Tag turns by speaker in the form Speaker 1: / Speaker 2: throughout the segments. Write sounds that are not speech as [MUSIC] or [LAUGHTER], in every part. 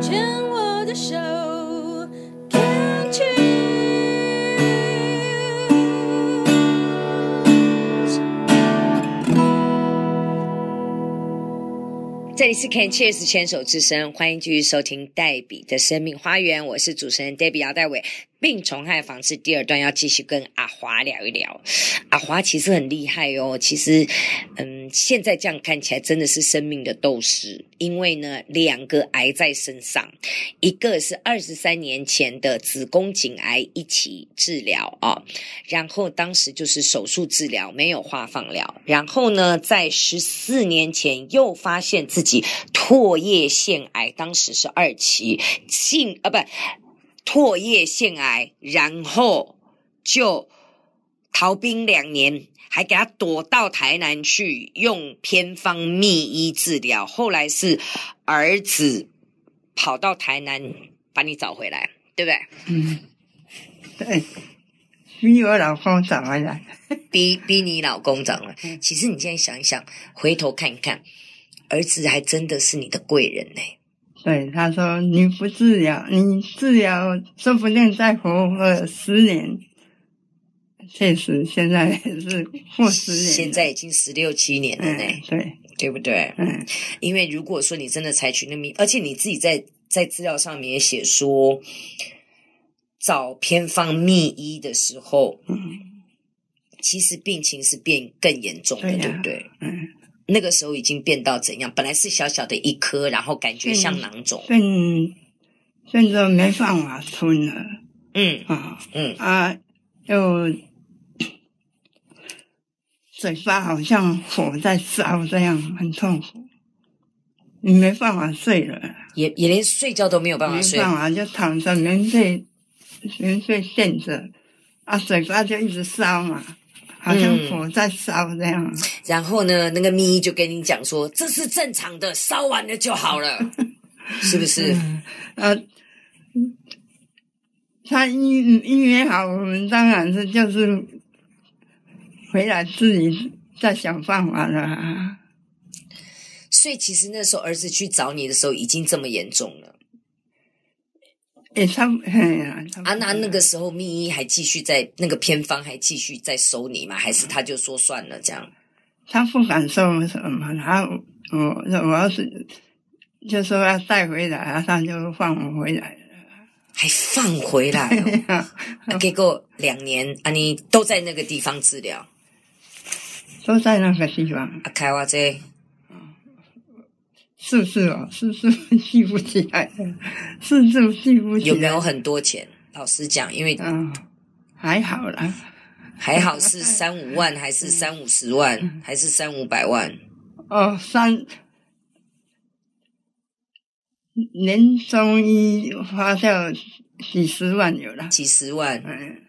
Speaker 1: 牵我的手，Can't you？
Speaker 2: 这里是 Can Cheers 牵手之声，欢迎继续收听黛比的生命花园，我是主持人 Debbie 姚黛伟。病虫害防治第二段要继续跟阿华聊一聊。阿华其实很厉害哦，其实，嗯，现在这样看起来真的是生命的斗士，因为呢，两个癌在身上，一个是二十三年前的子宫颈癌一起治疗啊、然后当时就是手术治疗，没有化放疗。然后呢，在十四年前又发现自己唾液腺癌，当时是二期，性啊不，唾液腺癌，然后就逃兵两年。还给他躲到台南去，用偏方秘医治疗。后来是儿子跑到台南把你找回来，对不对？
Speaker 3: 嗯，对，比我老公早回来。
Speaker 2: 逼逼你老公长了。
Speaker 3: 嗯
Speaker 2: 其实你现在想一想，回头看看，儿子还真的是你的贵人呢、
Speaker 3: 对，他说你不治疗，你治疗说不定再活个十年。确实，现在也哦是过十年了。
Speaker 2: 现在已经十六七年了
Speaker 3: 嗯
Speaker 2: 呢、，
Speaker 3: 对，
Speaker 2: 对不对？
Speaker 3: 嗯，
Speaker 2: 因为如果说你真的采取那么，而且你自己在在资料上面也写说，找偏方秘医的时候，
Speaker 3: 嗯
Speaker 2: 其实病情是变更严重的，
Speaker 3: 对呀
Speaker 2: 对不对？
Speaker 3: 嗯，
Speaker 2: 那个时候已经变到怎样？本来是小小的一颗，然后感觉
Speaker 3: 嗯
Speaker 2: 像囊肿。
Speaker 3: 肾肾都没办法吞了
Speaker 2: 嗯
Speaker 3: 啊
Speaker 2: 嗯，
Speaker 3: 啊，又嘴巴好像火在烧这样，很痛苦，你没办法睡了。
Speaker 2: 也也连睡觉都没有办法
Speaker 3: 没
Speaker 2: 睡。
Speaker 3: 办法，就躺着棉被，棉被垫着，啊，嘴巴就一直烧嘛，好像
Speaker 2: 嗯
Speaker 3: 火在烧这样。啊
Speaker 2: 然后呢，那个咪咪就跟你讲说，这是正常的，烧完了就好了，是不是？
Speaker 3: 啊，他医医约好，我们当然是就是回来自己再想办法了啊。
Speaker 2: 所以其实那时候儿子去找你的时候，已经这么严重了。
Speaker 3: 也差不，哎呀，差不多
Speaker 2: 啊，那那个时候咪咪还继续在那个偏方还继续在收你吗？还是他就说算了这样？
Speaker 3: 他不敢说什么，然后我我我要是就说要带回来，啊他就放我回来 [LAUGHS] 了。
Speaker 2: 还放回来、
Speaker 3: [LAUGHS]
Speaker 2: 哦啊结果两年啊，你都在那个地方治疗
Speaker 3: 都在那个地方，
Speaker 2: 啊，开挖这
Speaker 3: 是不是哦？是是记不起来了，是是记不起来。
Speaker 2: 有没有？很多钱？老实讲，因为
Speaker 3: 嗯，还好啦，
Speaker 2: 还好是三五万，还是三五十万，还是三五百万？
Speaker 3: 哦，三年中医花掉几十万有了，
Speaker 2: 几十万，
Speaker 3: 嗯，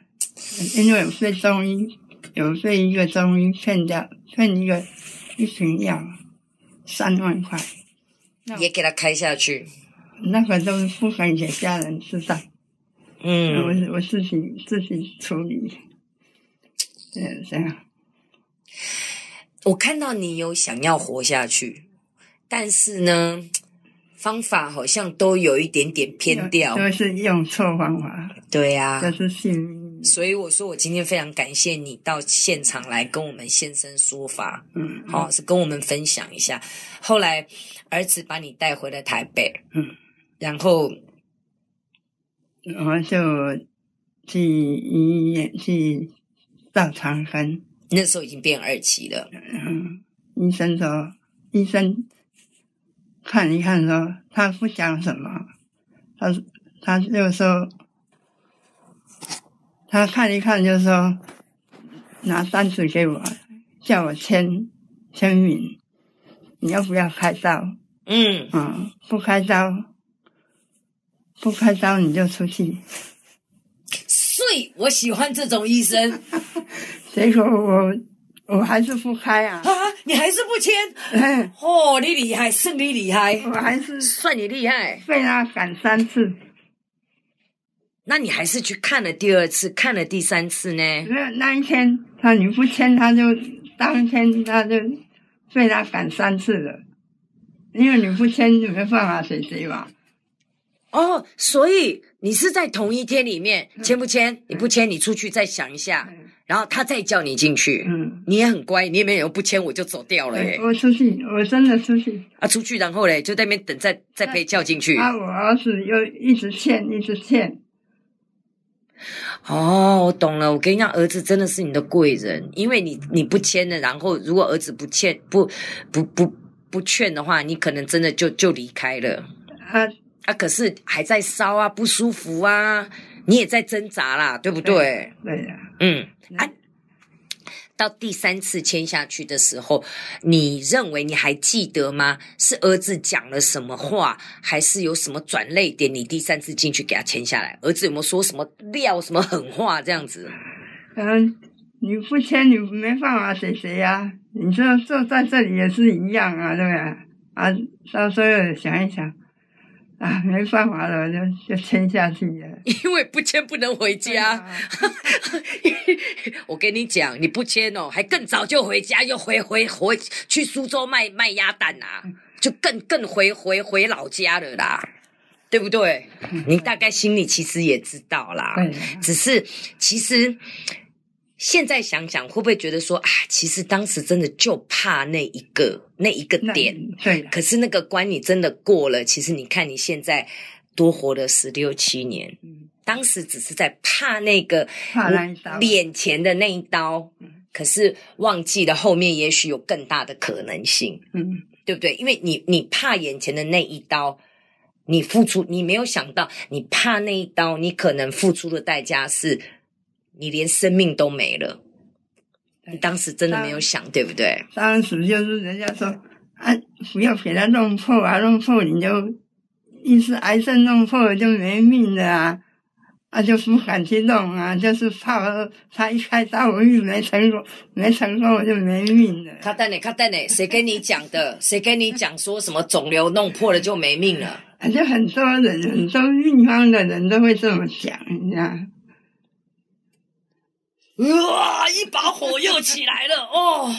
Speaker 3: 因为我被中医有被一个中医骗掉，骗一个一瓶药三万块，
Speaker 2: 也给他开下去。
Speaker 3: 那个都不敢给家人知道。
Speaker 2: 嗯，
Speaker 3: 我我自己自己处理，嗯，这样，
Speaker 2: 我看到你有想要活下去，但是呢，方法好像都有一点点偏掉。啊
Speaker 3: 就是用错方法，
Speaker 2: 对呀、
Speaker 3: 这是性命，
Speaker 2: 所以我说我今天非常感谢你到现场来跟我们现身说法，
Speaker 3: 嗯，
Speaker 2: 好、是跟我们分享一下。后来儿子把你带回了台北，
Speaker 3: 嗯，
Speaker 2: 然后
Speaker 3: 我就去医院去照肠根，
Speaker 2: 那时候已经变二期了，
Speaker 3: 嗯，医生说，医生看一看说他不讲什么，他他就说，他看一看就说，拿单子给我，叫我签签名，你要不要开刀？
Speaker 2: 嗯，
Speaker 3: 嗯，不开刀，不开刀你就出去。
Speaker 2: 睡，我喜欢这种医生。
Speaker 3: [LAUGHS] 结果我我还是不开啊， [LAUGHS]
Speaker 2: 啊，你还是不签？
Speaker 3: 哎
Speaker 2: 哦，你厉害，胜利厉害，
Speaker 3: 我还是
Speaker 2: 算你厉害。
Speaker 3: 被他赶三次。
Speaker 2: 那你还是去看了第二次，看了第三次呢？
Speaker 3: 那那一天他你不签，他就当天他就被他赶三次了，因为你不签就没办法解决嘛。
Speaker 2: 哦，所以你是在同一天里面签不签？你不签，你出去再想一下，
Speaker 3: 嗯
Speaker 2: 然后他再叫你进去。
Speaker 3: 嗯，
Speaker 2: 你也很乖，你也没有不签我就走掉了耶、
Speaker 3: 我出去，我真的出去。
Speaker 2: 啊，出去然后嘞就在那边等，再再被叫进去。
Speaker 3: 啊，我儿子又一直欠，一直欠。
Speaker 2: 哦，我懂了。我跟你讲，儿子真的是你的贵人，因为你你不签了，然后如果儿子不欠不不不不劝的话，你可能真的就就离开了
Speaker 3: 啊，
Speaker 2: 啊。可是还在烧啊，不舒服啊，你也在挣扎啦，对不对？
Speaker 3: 对呀、
Speaker 2: 嗯啊
Speaker 3: 嗯。
Speaker 2: 到第三次签下去的时候，你认为你还记得吗？是儿子讲了什么话，还是有什么转泪点？你第三次进去给他签下来，儿子有没有说什么料、什么狠话这样子？ [LAUGHS]
Speaker 3: 嗯，你不签你没办法解决呀、你这坐在这里也是一样啊，对不对？啊，到时候想一想，啊，没办法了，就就签下去了。
Speaker 2: 因为不签不能回家。
Speaker 3: 对啊，
Speaker 2: 我跟你讲，你不签哦，还更早就回家，又回回回去苏州卖卖鸭蛋啊，就更更回回回老家了啦，对不对？你大概心里其实也知道啦，
Speaker 3: 对呀、
Speaker 2: 只是其实。现在想想，会不会觉得说啊，其实当时真的就怕那一个那一个 [LAUGHS]
Speaker 3: 那
Speaker 2: 点，
Speaker 3: 啊对呀、
Speaker 2: 可是那个关你真的过了，其实你看你现在多活了十六七年，
Speaker 3: 嗯
Speaker 2: 当时只是在怕那个
Speaker 3: 怕那一刀嗯
Speaker 2: 脸前的那一刀，可是忘记了后面也许有更大的可能性，
Speaker 3: 嗯，
Speaker 2: 对不对？因为你你怕眼前的那一刀。你付出，你没有想到，你怕那一刀，你可能付出的代价是，你连生命都没了。
Speaker 3: 对
Speaker 2: 你当时真的没有想，对不对？
Speaker 3: 当时就是人家说，啊，不要给他弄破啊，弄破你就一是癌症弄破了就没命了啊，啊，就不敢去弄啊，就是怕他一开刀我一没成功，没成功我就没命了。
Speaker 2: 卡蛋呢？卡蛋呢？谁跟你讲的？谁跟你讲说什么肿瘤弄破了就没命了？
Speaker 3: 啊就很多人，很多病方的人都会这么讲，你知道吗？
Speaker 2: 哇！一把火又起来了哦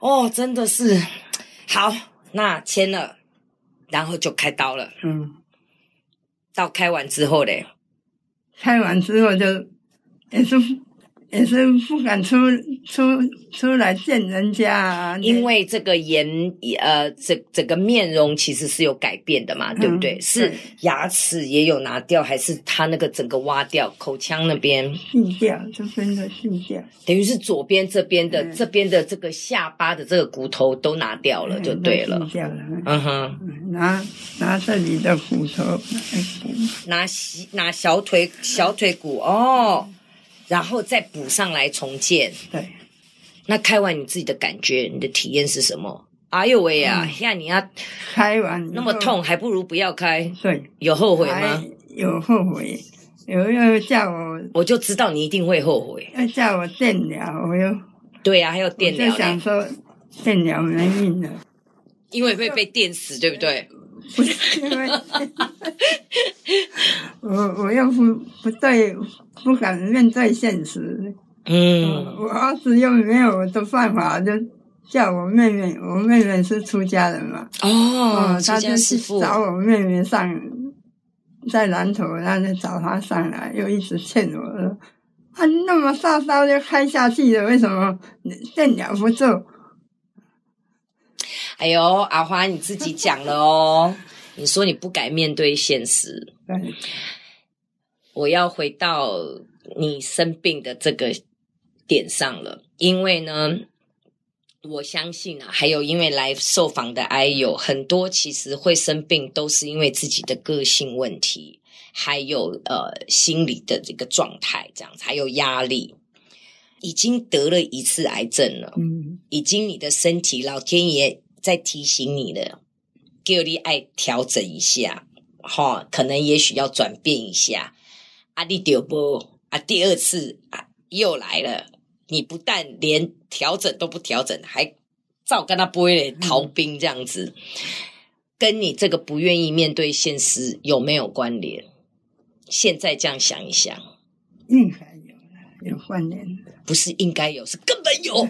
Speaker 2: 哦，真的是好。那签了，然后就开刀了。
Speaker 3: 嗯，
Speaker 2: 刀开完之后嘞，
Speaker 3: 开完之后就也是也是不敢出出出来见人家啊，
Speaker 2: 因为这个颜呃，整整个面容其实是有改变的嘛，对不对？
Speaker 3: 嗯
Speaker 2: 是
Speaker 3: 对
Speaker 2: 牙齿也有拿掉，还是他那个整个挖掉口腔那边？
Speaker 3: 剃掉就真的剃掉。
Speaker 2: 等于是左边这边的、
Speaker 3: 嗯
Speaker 2: 这边的这个下巴的这个骨头都拿掉
Speaker 3: 哎嗯
Speaker 2: 了，就对了。
Speaker 3: 掉了，
Speaker 2: 嗯哼，
Speaker 3: 嗯拿拿这里的骨头，哎骨
Speaker 2: 拿膝拿小腿小腿骨哦，然后再补上来重建。
Speaker 3: 对，
Speaker 2: 那开完你自己的感觉，你的体验是什么？哎呦喂呀、啊！现在你要
Speaker 3: 开完以后
Speaker 2: 那么，痛，还不如不要开。
Speaker 3: 对，
Speaker 2: 有后悔吗
Speaker 3: 还？有后悔，有又叫我
Speaker 2: 我就知道你一定会后悔。
Speaker 3: 要叫我电疗，我又
Speaker 2: 对呀、啊，还有电
Speaker 3: 我
Speaker 2: 疗
Speaker 3: 就想
Speaker 2: 呢，
Speaker 3: 说电疗没命了，
Speaker 2: 因为会被电死，对不对？[LAUGHS]
Speaker 3: 不是因为我我又不不对，不敢面对现实，
Speaker 2: 嗯，
Speaker 3: 我儿子又没有我的办法，就叫我妹妹，我妹妹是出家人嘛。
Speaker 2: 哦，
Speaker 3: 嗯他
Speaker 2: 这
Speaker 3: 就
Speaker 2: 家
Speaker 3: 去
Speaker 2: 师傅，
Speaker 3: 找我妹妹上，在南头，然后就找她上来，又一直劝我说：“啊，那么大刀就开下去了，为什么你电疗不做
Speaker 2: 哎呦，阿花你自己讲了哦， [LAUGHS] 你说你不敢面对现实，？”
Speaker 3: 对，
Speaker 2: 我要回到你生病的这个点上了，因为呢，我相信啊，还有因为来受访的癌友很多，其实会生病都是因为自己的个性问题，还有呃心理的这个状态这样子，还有压力。已经得了一次癌症了，
Speaker 3: 嗯，
Speaker 2: 已经你的身体，老天爷在提醒你了，叫你爱调整一下，哈、可能也许要转变一下。啊，你丢不啊？第二次啊又来了，你不但连调整都不调整，还照跟他不会逃兵这样子，跟你这个不愿意面对现实有没有关联？现在这样想一想，
Speaker 3: 应该有啦有关联的。
Speaker 2: 不是应该有，是根本有。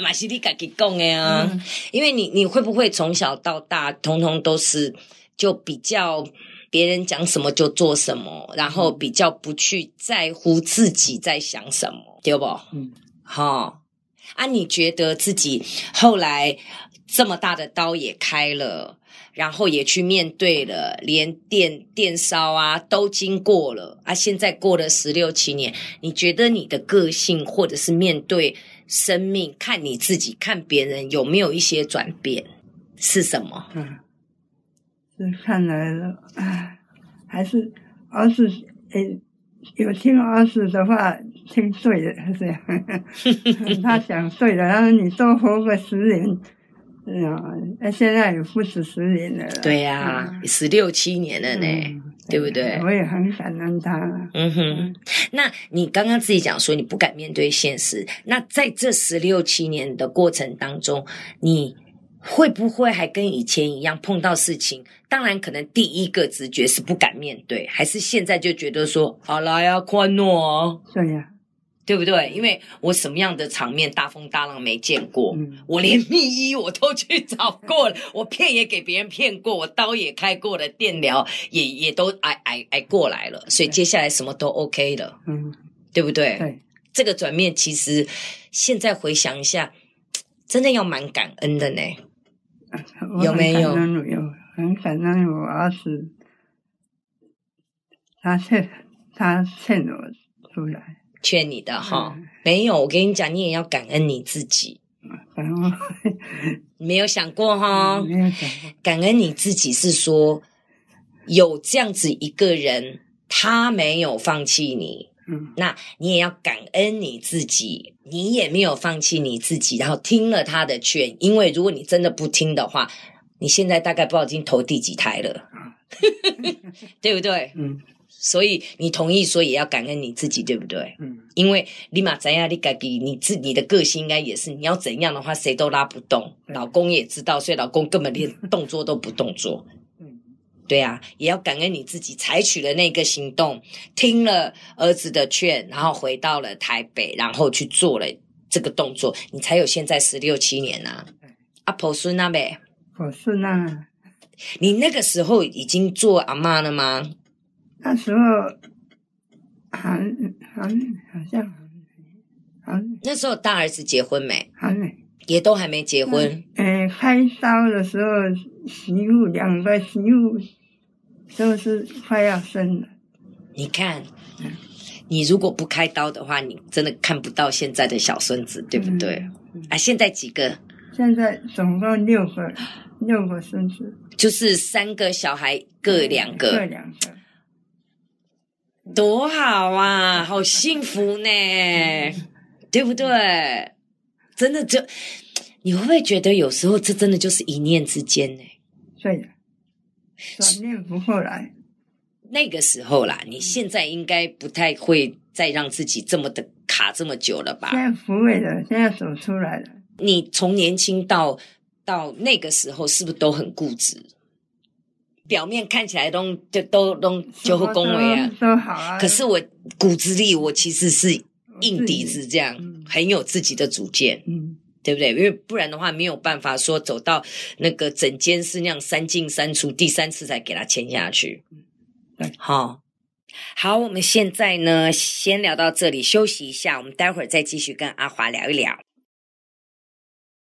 Speaker 2: 马西利自己讲的啊，因为你你会不会从小到大，通通都是就比较别人讲什么就做什么，然后比较不去在乎自己在想什么，对不？
Speaker 4: 嗯，
Speaker 2: 好、啊，你觉得自己后来这么大的刀也开了，然后也去面对了，连电电烧啊都经过了啊，现在过了十六七年，你觉得你的个性或者是面对生命，看你自己看别人有没有一些转变？是什么？
Speaker 4: 嗯
Speaker 3: 啊是看来了，唉，还是儿子，诶，有听儿子的话，听对了，是这样。 [LAUGHS] 他讲对了，然后你多活个十年，嗯，哎现在也不止十年了啦。
Speaker 2: 对呀、十六七年了呢，
Speaker 3: 嗯
Speaker 2: 对不对？
Speaker 3: 我也很感恩他啦。
Speaker 2: 嗯哼，那你刚刚自己讲说你不敢面对现实，那在这十六七年的过程当中，你会不会还跟以前一样碰到事情？当然，可能第一个直觉是不敢面对，还是现在就觉得说好来呀，宽诺哦，
Speaker 3: 对呀、
Speaker 2: 对不对？因为我什么样的场面大风大浪没见过，
Speaker 3: 嗯
Speaker 2: 我连秘医我都去找过了，我骗也给别人骗过，我刀也开过了，电疗也也都挨挨挨过来了，所以接下来什么都 OK 了。
Speaker 3: 嗯，
Speaker 2: 对不对？
Speaker 3: 对，
Speaker 2: 这个转变其实现在回想一下，真的要蛮感恩的呢。
Speaker 3: [LAUGHS] 我
Speaker 2: 有没有嗯
Speaker 3: 很感恩有，很感恩我儿子，他劝他劝我出来，
Speaker 2: 劝你的哈，
Speaker 3: 嗯
Speaker 2: 没有，我跟你讲，你也要感恩你自己。
Speaker 3: 然后
Speaker 2: 没有想过哈，
Speaker 3: 没有想过。
Speaker 2: 感恩你自己是说有这样子一个人，他没有放弃你，
Speaker 3: 嗯
Speaker 2: 那你也要感恩你自己，你也没有放弃你自己，然后听了他的劝，因为如果你真的不听的话，你现在大概不知道已经投第几胎了， [LAUGHS] 对不对？
Speaker 3: 嗯
Speaker 2: 所以你同意说也要感恩你自己，对不对？
Speaker 3: 嗯
Speaker 2: 因为你马怎样，你改己你自你的个性应该也是，你要怎样的话，谁都拉不动。
Speaker 3: 对
Speaker 2: 老公也知道，所以老公根本连动作都不动作。
Speaker 3: 嗯
Speaker 2: 对啊，也要感恩你自己采取了那个行动，听了儿子的劝，然后回到了台北，然后去做了这个动作，你才有现在十六七年呐、
Speaker 3: 对
Speaker 2: 阿婆孙那呗，
Speaker 3: 我是那
Speaker 2: 你那个时候已经做阿妈了吗？
Speaker 3: 那时候，还还好像还
Speaker 2: 那时候大儿子结婚没？
Speaker 3: 还没
Speaker 2: 也都还没结婚。
Speaker 3: 呃，开刀的时候，媳妇两个媳妇都是快要生了。
Speaker 2: 你看
Speaker 3: 嗯，
Speaker 2: 你如果不开刀的话，你真的看不到现在的小孙子，对不对？
Speaker 3: 嗯
Speaker 2: 啊，现在几个？
Speaker 3: 现在总共六个，六个孙子，
Speaker 2: 就是三个小孩各两
Speaker 3: 各
Speaker 2: 个，
Speaker 3: 两个。
Speaker 2: 多好啊，好幸福呢，对不对？真的就，你会不会觉得有时候这真的就是一念之间呢？
Speaker 3: 对的，转念不过来，
Speaker 2: 那个时候啦，你现在应该不太会再让自己这么的卡这么久了吧？
Speaker 3: 现在抚慰了，现在走出来了。
Speaker 2: 你从年轻到到那个时候，是不是都很固执？表面看起来都就都都就会恭维啊，
Speaker 3: 都好啊。
Speaker 2: 可是我骨子里我其实是硬底子，这样
Speaker 3: 嗯
Speaker 2: 很有自己的主见，
Speaker 3: 嗯，
Speaker 2: 对不对？因为不然的话没有办法说走到那个整间是那样三进三出，第三次才给他签下去
Speaker 3: 对。
Speaker 2: 好、好，我们现在呢先聊到这里，休息一下，我们待会儿再继续跟阿华聊一聊。